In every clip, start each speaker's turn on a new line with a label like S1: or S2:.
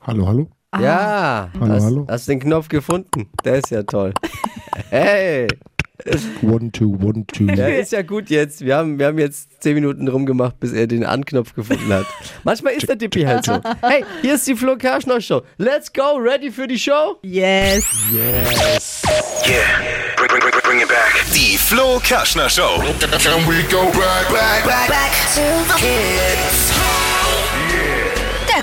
S1: Hallo, hallo.
S2: Ja,
S1: Ah. Hallo,
S2: hast,
S1: hallo.
S2: hast den Knopf gefunden. Der ist ja toll. Hey,
S1: One, two, one, two.
S2: der ist ja gut jetzt. Wir haben, wir haben jetzt zehn Minuten rumgemacht, bis er den Anknopf gefunden hat. Manchmal ist der Dippi halt so. Hey, hier ist die Flo Kerschner Show. Let's go, ready für die Show?
S3: Yes.
S4: Yeah. Bring, bring, bring, bring it back.
S5: Die Flo Kerschner Show.
S4: Can we go back, back, back?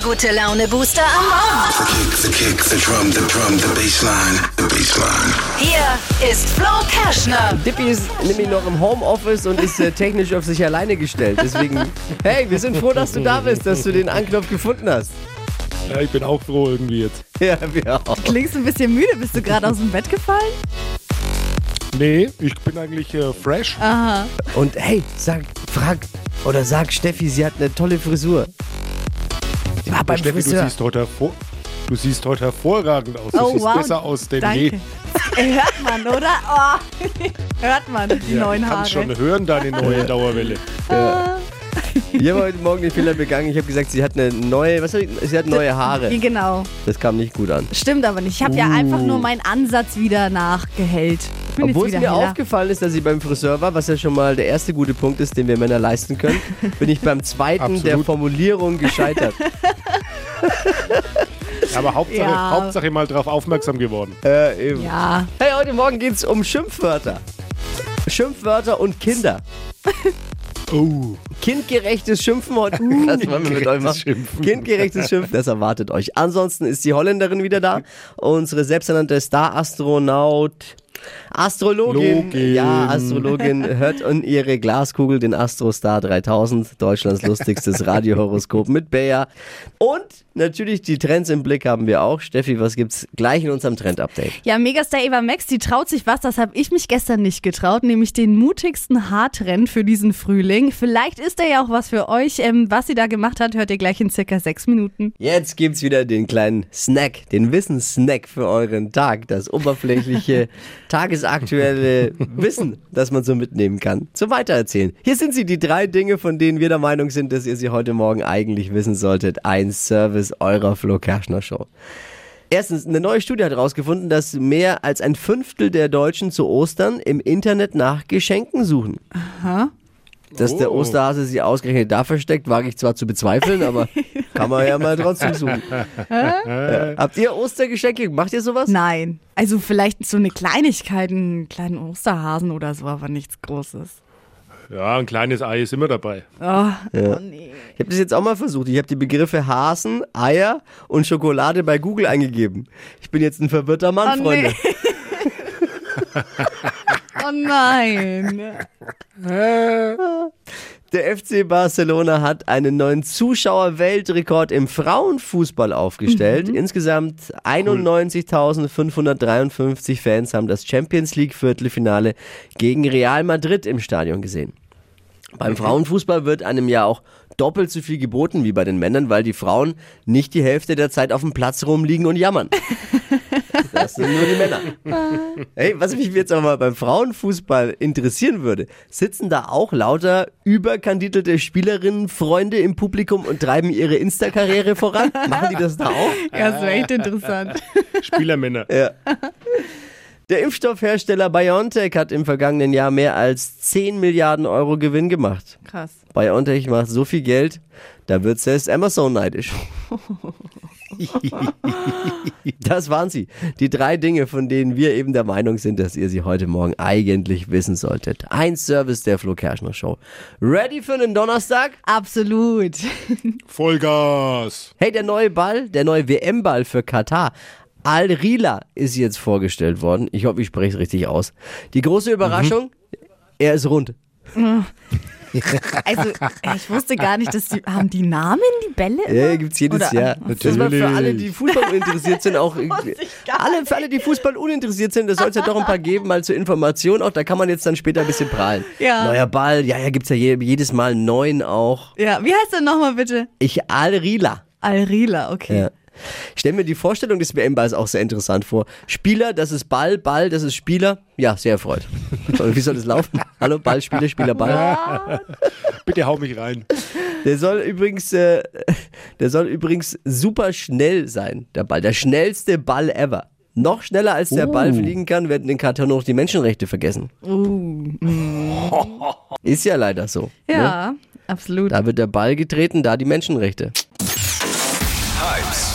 S6: Der gute Laune-Booster am Morgen.
S4: The kick, the kick, the drum, the drum, the bass line, the bass line.
S6: Hier ist Flo Kerschner.
S2: Dippi ist nämlich noch im Homeoffice und ist äh, technisch auf sich alleine gestellt. Deswegen, hey, wir sind froh, dass du da bist, dass du den Anknopf gefunden hast.
S1: Ja, ich bin auch froh irgendwie jetzt.
S2: Ja, wir auch.
S3: Klingst ein bisschen müde. Bist du gerade aus dem Bett gefallen?
S1: Nee, ich bin eigentlich äh, fresh.
S2: Und hey, sag, frag oder sag Steffi, sie hat eine tolle Frisur. Sie war beim
S1: Steffi, du
S2: Friseur.
S1: siehst, heute hervor, du siehst heute hervorragend aus. Du
S3: Oh,
S1: siehst
S3: wow.
S1: besser aus denn je.
S3: Danke. Ey, hört man, oder? Oh. hört man die
S1: Ja,
S3: neuen
S1: ich
S3: Haare.
S1: kann's schon hören, deine neue Dauerwelle.
S2: ich habe heute Morgen den Fehler begangen. Ich habe gesagt, sie hat eine neue, was hab ich, sie hat neue Haare.
S3: Genau.
S2: Das kam nicht gut an.
S3: Stimmt aber nicht. Ich habe ja
S1: Uh.
S3: einfach nur meinen Ansatz wieder nachgehellt. Ich bin
S2: Obwohl es
S3: jetzt
S2: mir
S3: wieder heller.
S2: aufgefallen ist, dass sie beim Friseur war, was ja schon mal der erste gute Punkt ist, den wir Männer leisten können, bin ich beim zweiten der
S1: Absolut.
S2: Formulierung gescheitert.
S1: Aber Hauptsache,
S3: Ja.
S1: Hauptsache mal drauf aufmerksam geworden.
S2: äh, eben.
S3: Ja.
S2: Hey, heute Morgen geht's um Schimpfwörter. Schimpfwörter und Kinder.
S1: Oh,
S2: Kindgerechtes Schimpfen heute. Uh, Das wollen wir mit euch machen.
S1: Schimpfen.
S2: Kindgerechtes Schimpfen, das erwartet euch. Ansonsten ist die Holländerin wieder da. Unsere selbsternannte Star-Astronaut. Astrologin.
S1: Login.
S2: Ja, Astrologin hört in ihre Glaskugel den Astrostar 3000, Deutschlands lustigstes Radiohoroskop mit Bayer. Und natürlich die Trends im Blick haben wir auch. Steffi, was gibt's gleich in unserem Trend-Update?
S3: Ja, Megastar Eva Max, die traut sich was, das habe ich mich gestern nicht getraut, nämlich den mutigsten Haartrend für diesen Frühling. Vielleicht ist da ja auch was für euch. Ähm, was sie da gemacht hat, hört ihr gleich in circa sechs Minuten.
S2: Jetzt gibt's wieder den kleinen Snack, den Wissenssnack für euren Tag. Das oberflächliche, tagesaktuelle Wissen, das man so mitnehmen kann. Zum Weitererzählen. Hier sind sie, die drei Dinge, von denen wir der Meinung sind, dass ihr sie heute Morgen eigentlich wissen solltet. Ein Service eurer Flo Kerschner Show. Erstens, eine neue Studie hat herausgefunden, dass mehr als ein Fünftel der Deutschen zu Ostern im Internet nach Geschenken suchen. Aha. Dass der
S1: Oh.
S2: Osterhase sie ausgerechnet da versteckt, wage ich zwar zu bezweifeln, aber kann man ja mal trotzdem suchen. ja. Habt ihr Ostergeschenke? Macht ihr sowas?
S3: Nein. Also vielleicht so eine Kleinigkeit, einen kleinen Osterhasen oder so, aber nichts Großes.
S1: ja, ein kleines Ei ist immer dabei.
S3: Oh, oh nee.
S2: Ich habe das jetzt auch mal versucht. Ich habe die Begriffe Hasen, Eier und Schokolade bei Google eingegeben. Ich bin jetzt ein verwirrter Mann,
S3: Oh,
S2: Freunde.
S3: Oh nein.
S2: Der FC Barcelona hat einen neuen Zuschauer-Weltrekord im Frauenfußball aufgestellt. Insgesamt 91.553 Fans haben das Champions League-Viertelfinale gegen Real Madrid im Stadion gesehen. Beim Frauenfußball wird einem ja auch doppelt so viel geboten wie bei den Männern, weil die Frauen nicht die Hälfte der Zeit auf dem Platz rumliegen und jammern. Das sind nur die Männer. Hey, was mich jetzt auch mal beim Frauenfußball interessieren würde, sitzen da auch lauter überkandidelte Spielerinnen, Freunde im Publikum und treiben ihre Insta-Karriere voran? Machen die das da auch?
S3: Ja, das wäre echt interessant.
S1: Spielermänner.
S2: Der Impfstoffhersteller BioNTech hat im vergangenen Jahr mehr als 10 Milliarden Euro Gewinn gemacht.
S3: Krass.
S2: BioNTech macht so viel Geld, da wird selbst Amazon neidisch. Das waren sie. Die drei Dinge, von denen wir eben der Meinung sind, dass ihr sie heute Morgen eigentlich wissen solltet. Ein Service der Flo Kerschner Show. Ready für einen Donnerstag?
S3: Absolut.
S1: Vollgas.
S2: Hey, der neue Ball, der neue WM-Ball für Katar. Al-Rila ist jetzt vorgestellt worden. Ich hoffe, ich spreche es richtig aus. Die große Überraschung, er ist rund.
S3: Also, ich wusste gar nicht, dass die. Haben die Namen, die Bälle?
S2: Ja,
S3: immer?
S2: gibt's jedes
S3: Oder-
S2: Jahr. Das war für alle, die Fußball uninteressiert sind, auch
S3: gar
S2: alle, für alle, die Fußball uninteressiert sind, das soll es ja doch ein paar geben, mal zur Information. Auch da kann man jetzt dann später ein bisschen prahlen.
S3: Ja.
S2: Neuer Ball, ja, ja, gibt's ja je, jedes Mal einen neuen auch.
S3: Ja, wie heißt er nochmal bitte?
S2: Ich Al-Rila.
S3: Alrila, okay.
S2: Ja. Ich stelle mir die Vorstellung des WM-Balls auch sehr interessant vor. Spieler, das ist Ball, Ball, das ist Spieler. Ja, sehr erfreut. Und wie soll das laufen? Hallo, Ball, Spieler, Spieler, Ball.
S1: Bitte hau mich rein.
S2: Der soll übrigens, äh, der soll übrigens super schnell sein, der Ball. Der schnellste Ball ever. Noch schneller als der Ball fliegen kann, werden in Katar noch die Menschenrechte vergessen. Ist Uh. ja leider so. Ne?
S3: Ja, absolut.
S2: Da wird der Ball getreten, da die Menschenrechte.
S5: Hypes,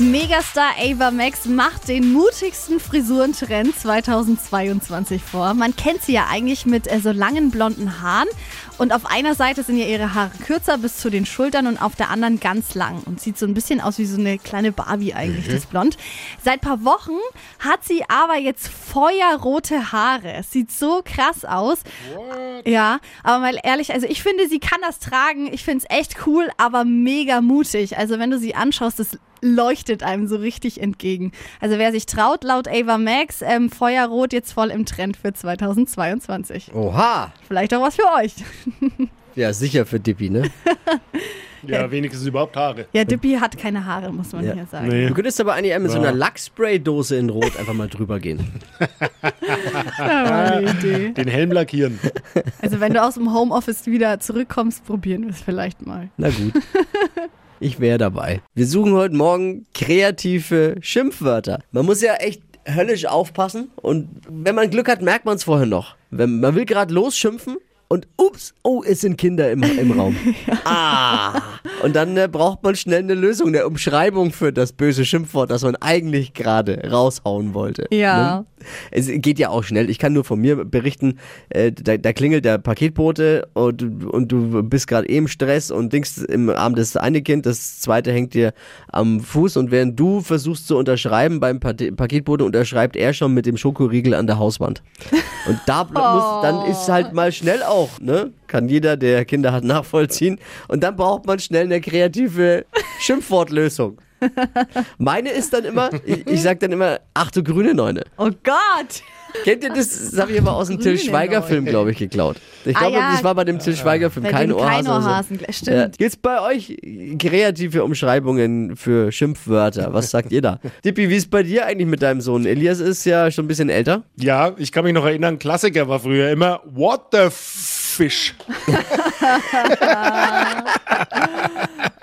S3: Megastar Ava Max macht den mutigsten Frisurentrend 2022 vor. Man kennt sie ja eigentlich mit äh, so langen blonden Haaren und auf einer Seite sind ja ihre Haare kürzer bis zu den Schultern und auf der anderen ganz lang und sieht so ein bisschen aus wie so eine kleine Barbie eigentlich, das Blond. Seit paar Wochen hat sie aber jetzt feuerrote Haare. Es sieht so krass aus. Ja, aber mal ehrlich, also ich finde, sie kann das tragen. Ich finde es echt cool, aber mega mutig. Also wenn du sie anschaust, das leuchtet einem so richtig entgegen. Also wer sich traut, laut Ava Max, ähm, Feuerrot jetzt voll im Trend für 2022.
S2: Oha!
S3: Vielleicht auch was für euch.
S2: Ja, sicher für Dippi, ne?
S1: Ja, wenigstens überhaupt Haare.
S3: Ja, Dippy hat keine Haare, muss man
S2: Ja.
S3: hier sagen.
S1: Nee.
S2: Du könntest aber eigentlich mit so einer
S1: Ja.
S2: Lackspray-Dose in Rot einfach mal drüber gehen.
S3: Ja, Ah, gute Idee.
S1: Den Helm lackieren.
S3: Also wenn du aus dem Homeoffice wieder zurückkommst, probieren wir es vielleicht mal.
S2: Na gut. Ich wäre dabei. Wir suchen heute Morgen kreative Schimpfwörter. Man muss ja echt höllisch aufpassen und wenn man Glück hat, merkt man es vorher noch. Wenn, man will gerade losschimpfen und ups, oh, es sind Kinder im, im Raum. Ah! Und dann äh, braucht man schnell eine Lösung, eine Umschreibung für das böse Schimpfwort, das man eigentlich gerade raushauen wollte.
S3: Ja.
S2: Ne? Es geht ja auch schnell. Ich kann nur von mir berichten, äh, da, da klingelt der Paketbote und, und du bist gerade eh im Stress und denkst im Arm das eine Kind, das zweite hängt dir am Fuß und während du versuchst zu unterschreiben beim Pate- Paketbote, unterschreibt er schon mit dem Schokoriegel an der Hauswand. Und da bl- muss, dann ist halt mal schnell auch, ne? Kann jeder, der Kinder hat, nachvollziehen. Und dann braucht man schnell eine kreative Schimpfwortlösung. Meine ist dann immer, ich, ich sag dann immer, ach du grüne Neune.
S3: Oh Gott!
S2: Kennt ihr das? Das habe ich aber aus dem
S3: Grüne
S2: Till Schweiger Film, glaube ich, geklaut. Ich
S3: Ah,
S2: glaube,
S3: ja.
S2: das war bei dem Till Schweiger Film
S3: Bei
S2: kein
S3: dem
S2: Ohrhasen. oder so.
S3: Keinohrhasen, gl- stimmt.
S2: Ja. Gibt's bei euch kreative Umschreibungen für Schimpfwörter? Was sagt ihr da? Dippi, wie ist bei dir eigentlich mit deinem Sohn? Elias ist ja schon ein bisschen älter.
S1: Ja, ich kann mich noch erinnern, Klassiker war früher immer What the Fish.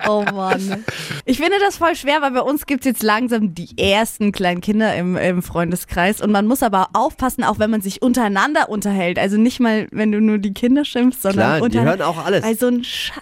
S3: Oh Mann. Ich finde das voll schwer, weil bei uns gibt's jetzt langsam die ersten kleinen Kinder im, im Freundeskreis. Und man muss aber aufpassen, auch wenn man sich untereinander unterhält. Also nicht mal, wenn du nur die Kinder schimpfst, sondern
S2: Klar, die
S3: untereinander.
S2: hören auch alles.
S3: Weil so ein Scheiß.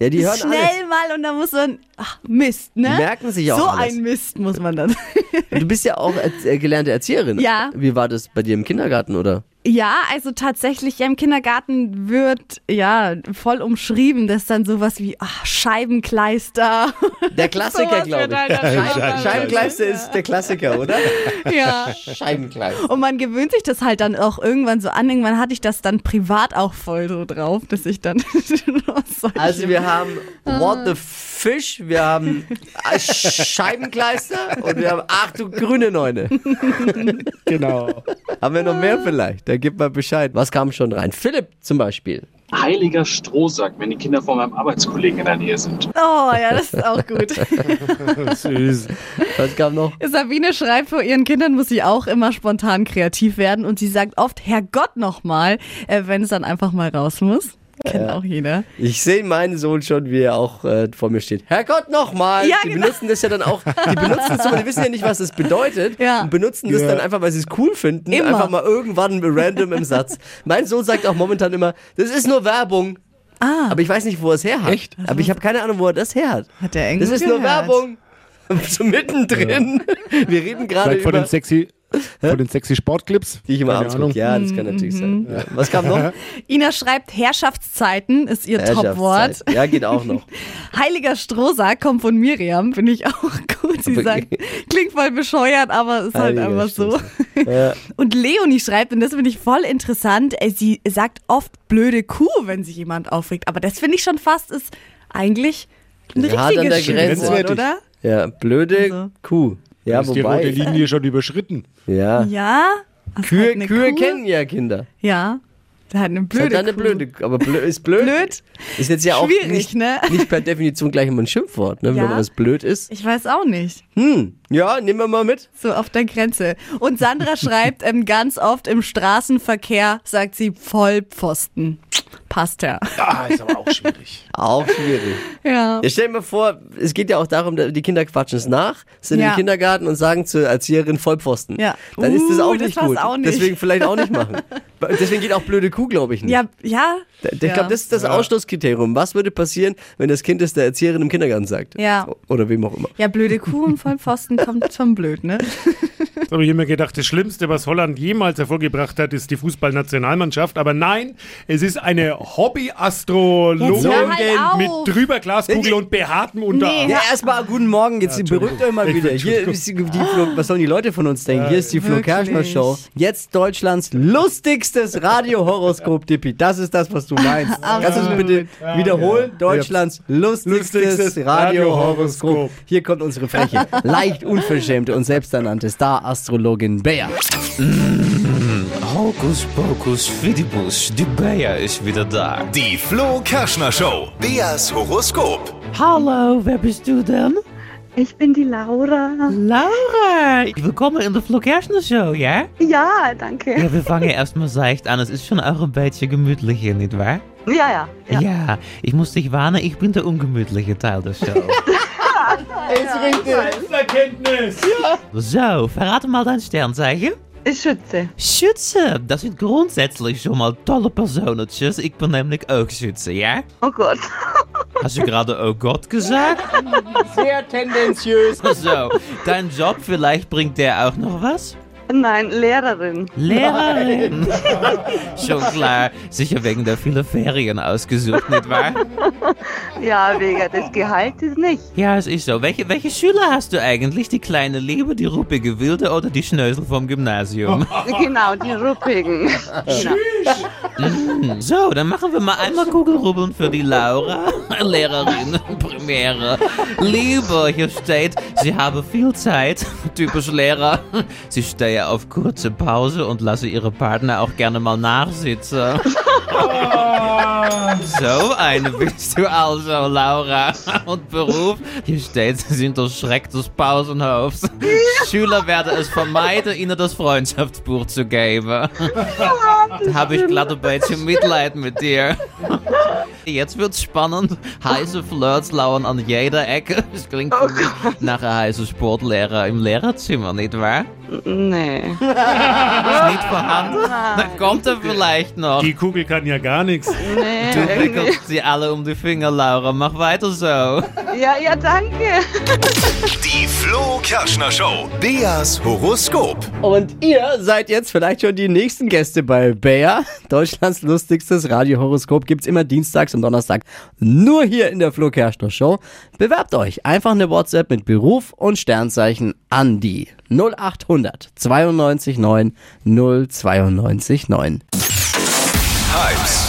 S2: Ja, die hören
S3: Schnell
S2: alles.
S3: mal und dann muss so ein ach, Mist, ne?
S2: Die merken sich auch
S3: So
S2: alles.
S3: ein Mist muss man dann.
S2: Du bist ja auch erz- äh, gelernte Erzieherin.
S3: Ja.
S2: Wie war das bei dir im Kindergarten, oder?
S3: Ja, also tatsächlich ja, im Kindergarten wird ja voll umschrieben, dass dann sowas wie ach, Scheibenkleister.
S2: Der Klassiker,
S3: Sowas wird
S2: glaube
S3: halt
S2: ich.
S3: da Scheibenkleister.
S2: Scheibenkleister ist der Klassiker, oder?
S3: Ja.
S2: Scheibenkleister.
S3: Und man gewöhnt sich das halt dann auch irgendwann so an. Irgendwann hatte ich das dann privat auch voll so drauf, dass ich dann. noch solche-
S2: Also wir haben What the Fish, wir haben äh, Scheibenkleister und wir haben Ach du grüne Neune.
S1: Genau.
S2: Haben wir noch mehr vielleicht? Da gibt mal Bescheid. Was kam schon rein? Philipp zum Beispiel.
S7: heiliger Strohsack, wenn die Kinder von meinem Arbeitskollegen in der Nähe sind.
S3: Oh ja, das ist auch gut.
S1: Süß.
S2: Was kam noch?
S3: Sabine schreibt, vor ihren Kindern muss sie auch immer spontan kreativ werden und sie sagt oft Herrgott nochmal, äh, wenn es dann einfach mal raus muss. Kennt auch jeder.
S2: Ich sehe meinen Sohn schon, wie er auch äh, vor mir steht. Herrgott, nochmal!
S3: Ja,
S2: die
S3: genau.
S2: benutzen das ja dann auch, die benutzen es, aber die wissen ja nicht, was das bedeutet.
S3: Ja.
S2: Und benutzen das
S1: Ja.
S2: dann einfach, weil sie es cool finden.
S3: Immer.
S2: Einfach mal irgendwann random im Satz. mein Sohn sagt auch momentan immer, das ist nur Werbung.
S3: Ah.
S2: Aber ich weiß nicht, wo er es her hat.
S1: Echt?
S2: Aber ich habe keine Ahnung, wo er das her hat.
S3: Hat der irgendwo
S2: Das ist nur
S3: gehört.
S2: Werbung. So mittendrin. Wir reden gerade
S1: Vielleicht von
S2: über...
S1: den sexy, von den sexy Sportclips.
S2: Die ich immer
S1: Keine
S2: abends
S1: Ahnung.
S2: gucke. Ja, das kann
S3: Mhm,
S2: natürlich sein. Ja. Was kam noch?
S3: Ina schreibt, Herrschaftszeiten ist ihr Topwort.
S2: Herrschaftszeit. Ja, geht auch noch.
S3: Heiliger Strohsack kommt von Miriam, finde ich auch gut. Sie
S2: Aber-
S3: sagt, klingt voll bescheuert, aber ist halt
S2: Heiliger
S3: einfach so.
S2: Strohsack. Ja.
S3: Und Leonie schreibt, und das finde ich voll interessant, äh, sie sagt oft blöde Kuh, wenn sich jemand aufregt. Aber das finde ich schon fast ist eigentlich ein
S2: Hart an der
S3: richtiges
S2: Grenze.
S3: Schimpfwort, oder?
S2: Ja, blöde
S3: Also.
S2: Kuh. Ja,
S1: ist die rote
S2: wobei.
S1: Linie schon überschritten.
S2: Ja.
S3: Ja. Was
S2: Kühe,
S3: hat eine
S2: Kühe
S3: Kuh?
S2: kennen ja Kinder.
S3: Ja. Das hat eine
S2: Das
S3: blöde
S2: ist halt eine
S3: Kuh.
S2: blöde, aber blö, ist blöd.
S3: Blöd?
S2: Ist jetzt ja auch
S3: Schwierig,
S2: nicht,
S3: ne?
S2: nicht per Definition gleich immer ein Schimpfwort, ne?
S3: Ja.
S2: Wenn was blöd ist.
S3: Ich weiß auch nicht.
S2: Hm, ja, nehmen wir mal mit.
S3: So auf der Grenze. Und Sandra schreibt ähm, ganz oft im Straßenverkehr, sagt sie Vollpfosten. Passt ja.
S1: Ah, ist aber auch schwierig.
S2: Auch schwierig.
S3: Ja.
S2: Ja, stell dir mal vor, es geht ja auch darum, da- die Kinder quatschen es nach, sind
S3: Ja.
S2: im Kindergarten und sagen zur Erzieherin Vollpfosten.
S3: Ja.
S2: Dann ist das
S3: Uh,
S2: auch
S3: das
S2: nicht
S3: passt
S2: gut.
S3: auch nicht.
S2: Deswegen vielleicht auch nicht machen. Deswegen geht auch blöde Kuh, glaube ich, nicht.
S3: Ja, ja.
S2: Da- Ich glaube,
S3: ja.
S2: das ist das Ausschlusskriterium. Was würde passieren, wenn das Kind es der Erzieherin im Kindergarten sagt?
S3: Ja.
S2: Oder wem auch immer.
S3: Ja, blöde Kuh und Vollpfosten kommt schon blöd, ne?
S1: Jetzt habe ich immer gedacht, das Schlimmste, was Holland jemals hervorgebracht hat, ist die Fußballnationalmannschaft. Aber nein, es ist eine
S3: Jetzt
S1: Hobbyastrologin
S3: hör halt auf.
S1: mit drüber Glaskugel und behaartem Unterarm.
S3: Nee.
S2: Ja, erstmal guten Morgen. Jetzt berühmt euch mal wieder. Hier ist die, die Flo, was sollen die Leute von uns denken? Hier ist die Flo
S3: Wirklich.
S2: Kerschner Show. Jetzt Deutschlands lustigstes Radiohoroskop, Dippi. Das ist das, was du meinst. Kannst du das bitte wiederholen? Deutschlands lustigstes,
S1: Lustigstes
S2: Radiohoroskop.
S1: Radiohoroskop.
S2: Hier kommt unsere freche, leicht unverschämte und selbsternannte Star-Astrologin Bea.
S8: Hokus Pokus Fidibus, die Bea ist wieder da.
S5: Die Flo Kerschner Show. Beas Horoskop.
S8: Hallo, wer bist du denn?
S9: Ich bin die Laura.
S8: Laura! Willkommen in der Flo Kerschner Show, ja?
S9: Ja, danke.
S8: Ja, wir fangen erstmal seicht an. Es ist schon auch ein bisschen gemütlich hier, nicht wahr?
S9: Ja, ja.
S8: Ja. ich muss dich warnen, ich bin der ungemütliche Teil der Show.
S1: Selbsterkenntnis.
S8: so, verrate mal dein Sternzeichen.
S9: Ich schütze.
S8: Schütze, das sind grundsätzlich schon mal tolle Personetjes. Ich bin nämlich auch Schütze, ja?
S9: Oh Gott.
S8: Hast du gerade Oh Gott gesagt?
S2: Sehr tendenziös.
S8: So, dein Job, vielleicht bringt der auch noch was?
S9: Nein, Lehrerin.
S8: Lehrerin. Schon klar. Sicher wegen der vielen Ferien ausgesucht, nicht wahr?
S9: Ja, wegen des Gehaltes nicht.
S8: Ja, es ist so. Welche, welche Schüler hast du eigentlich? Die kleine Liebe, die ruppige Wilde oder die Schnösel vom Gymnasium?
S9: Genau, die Ruppigen. Genau.
S8: Hm, So, dann machen wir mal einmal Kugelrubbeln für die Laura, Lehrerin, Premiere. Liebe, hier steht, sie habe viel Zeit, typisch Lehrer. Sie stehe auf kurze Pause und lasse ihre Partner auch gerne mal nachsitzen. So eine bist du also, Laura. Und Beruf, hier steht, sie sind der Schreck des Pausenhofs. Schüler werden es vermeiden, ihnen das Freundschaftsbuch zu geben. Habe ich glatt ein bisschen Mitleid mit dir. Jetzt wird's spannend. Heiße Flirts lauern an jeder Ecke. Das klingt für mich nach einem heißen Sportlehrer im Lehrerzimmer, nicht wahr?
S9: Nee.
S8: Ist nicht vorhanden? Dann kommt er vielleicht noch.
S1: Die Kugel kann ja gar nichts.
S9: Nee.
S8: Du
S9: irgendwie.
S8: wickelst sie alle um die Finger, Laura. Mach weiter so.
S9: Ja, ja, danke.
S5: Die Flo Kerschner Show. Beas Horoskop.
S2: Und ihr seid jetzt vielleicht schon die nächsten Gäste bei Bayer. Deutschlands lustigstes Radiohoroskop gibt's immer dienstags und donnerstag. Nur hier in der Flo Kerschner Show. Bewerbt euch. Einfach eine WhatsApp mit Beruf und Sternzeichen an die 0800 92 9 092 9.
S5: Hypes,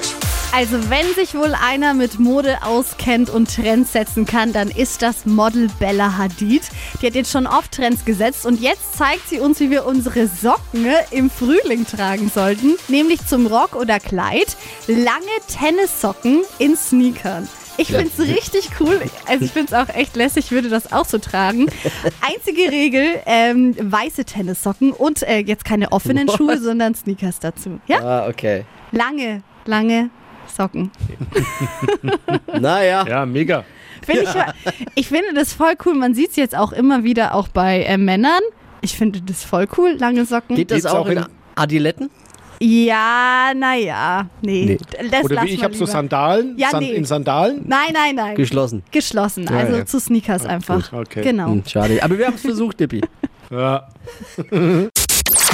S3: Also wenn sich wohl einer mit Mode auskennt und Trends setzen kann, dann ist das Model Bella Hadid. Die hat jetzt schon oft Trends gesetzt und jetzt zeigt sie uns, wie wir unsere Socken im Frühling tragen sollten, nämlich zum Rock oder Kleid, lange Tennissocken in Sneakern. Ich find's richtig cool. Also ich find's auch echt lässig, ich würde das auch so tragen. Einzige Regel, ähm, weiße Tennissocken und äh, jetzt keine offenen Schuhe, sondern Sneakers dazu. Ja?
S2: Ah, okay.
S3: Lange, lange Socken.
S2: Naja.
S1: Ja, mega.
S3: Finde ich, ich finde das voll cool. Man sieht es jetzt auch immer wieder auch bei äh, Männern. Ich finde das voll cool, lange Socken.
S2: Geht das
S1: Geht's
S2: auch
S1: auch
S2: in
S1: in-
S2: Adiletten?
S3: Ja, naja. Nee. Das
S1: Oder
S3: lass
S1: wie ich
S3: mal
S1: habe so
S3: lieber.
S1: Sandalen.
S3: Ja,
S1: San
S3: nee.
S1: In Sandalen.
S3: Nein, nein, nein.
S2: Geschlossen. Ah,
S3: Geschlossen. Also
S1: ja.
S3: zu Sneakers einfach.
S1: gut, okay.
S3: Genau.
S2: Hm, schade. Aber wir haben's versucht, Dippi.
S1: Ja.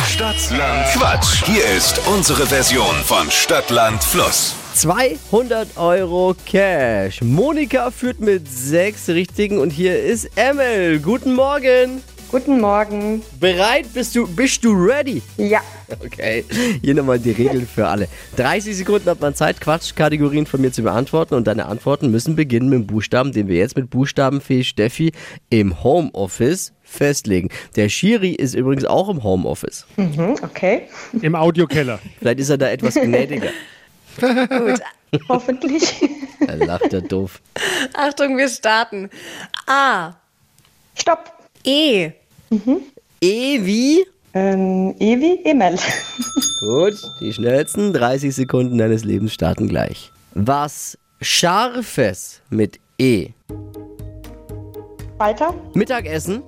S5: Stadtland Quatsch. Hier ist unsere Version von Stadtland Fluss.
S2: 200 Euro Cash. Monika führt mit sechs Richtigen und hier ist Emil. Guten Morgen.
S10: Guten Morgen.
S2: Bereit? Bist du, bist du ready?
S10: Ja,
S2: Okay, hier nochmal die Regeln für alle. 30 Sekunden hat man Zeit, Quatschkategorien von mir zu beantworten und deine Antworten müssen beginnen mit dem Buchstaben, den wir jetzt mit Buchstabenfee Steffi im Homeoffice festlegen. Der Schiri ist übrigens auch im Homeoffice.
S10: Mhm, Okay,
S6: Im Audiokeller.
S2: Vielleicht ist er da etwas gnädiger.
S10: hoffentlich.
S2: Da lacht er doof.
S3: Achtung, wir starten. A.
S10: Stopp.
S3: E.
S2: E wie?
S10: Ähm, Ewi, Emel.
S2: Gut, die schnellsten 30 Sekunden deines Lebens starten gleich. Was Scharfes mit E.
S10: Weiter,
S2: Mittagessen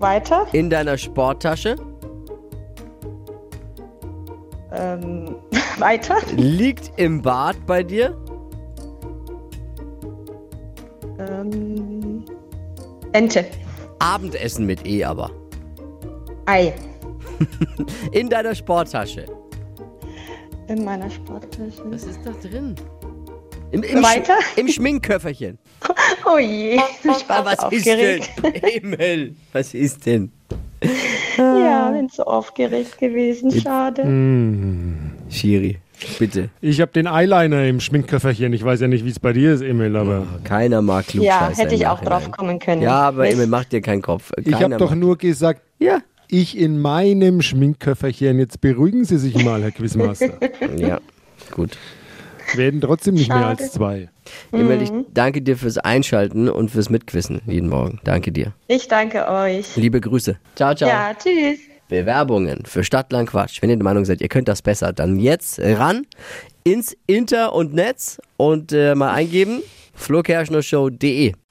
S10: weiter.
S2: in deiner Sporttasche
S10: Ähm, weiter.
S2: liegt im Bad bei dir.
S10: Ähm, Ente.
S2: Abendessen mit E aber.
S10: Ei.
S2: In deiner Sporttasche.
S10: In meiner Sporttasche.
S2: Was ist da drin? Im, im,
S10: Weiter?
S2: Sch im Schminkköfferchen.
S10: Oh je. Ich war
S2: was
S10: so aufgeregt.
S2: ist denn? Himmel, was ist denn?
S10: Ja, bin so aufgeregt gewesen.
S2: hm,
S10: Schade.
S2: Schiri, bitte.
S6: Ich habe den Eyeliner im Schminkköfferchen. Ich weiß ja nicht, wie es bei dir ist, Emil, aber.
S2: Keiner mag
S10: Ja,
S2: Klugscheißer.
S10: hätte ich
S2: im
S10: auch
S2: Nachhinein.
S10: drauf kommen können.
S2: Ja, aber
S10: Mist.
S2: Emil, mach dir keinen Kopf. Keiner
S6: Ich habe doch
S2: mag-
S6: nur gesagt,
S2: Ja.
S6: ich in meinem Schminkköfferchen. Jetzt beruhigen Sie sich mal, Herr Quizmaster.
S2: Ja, gut.
S6: Werden trotzdem nicht mehr als zwei.
S2: Emil, ich danke dir fürs Einschalten und fürs Mitquissen jeden Morgen. Danke dir.
S10: Ich danke euch.
S2: Liebe Grüße. Ciao, ciao.
S10: Ja, tschüss.
S2: Bewerbungen für Stadtland Quatsch. Wenn ihr der Meinung seid, ihr könnt das besser, dann jetzt ran ins Inter und Netz und äh, mal eingeben flokerschnershow.de.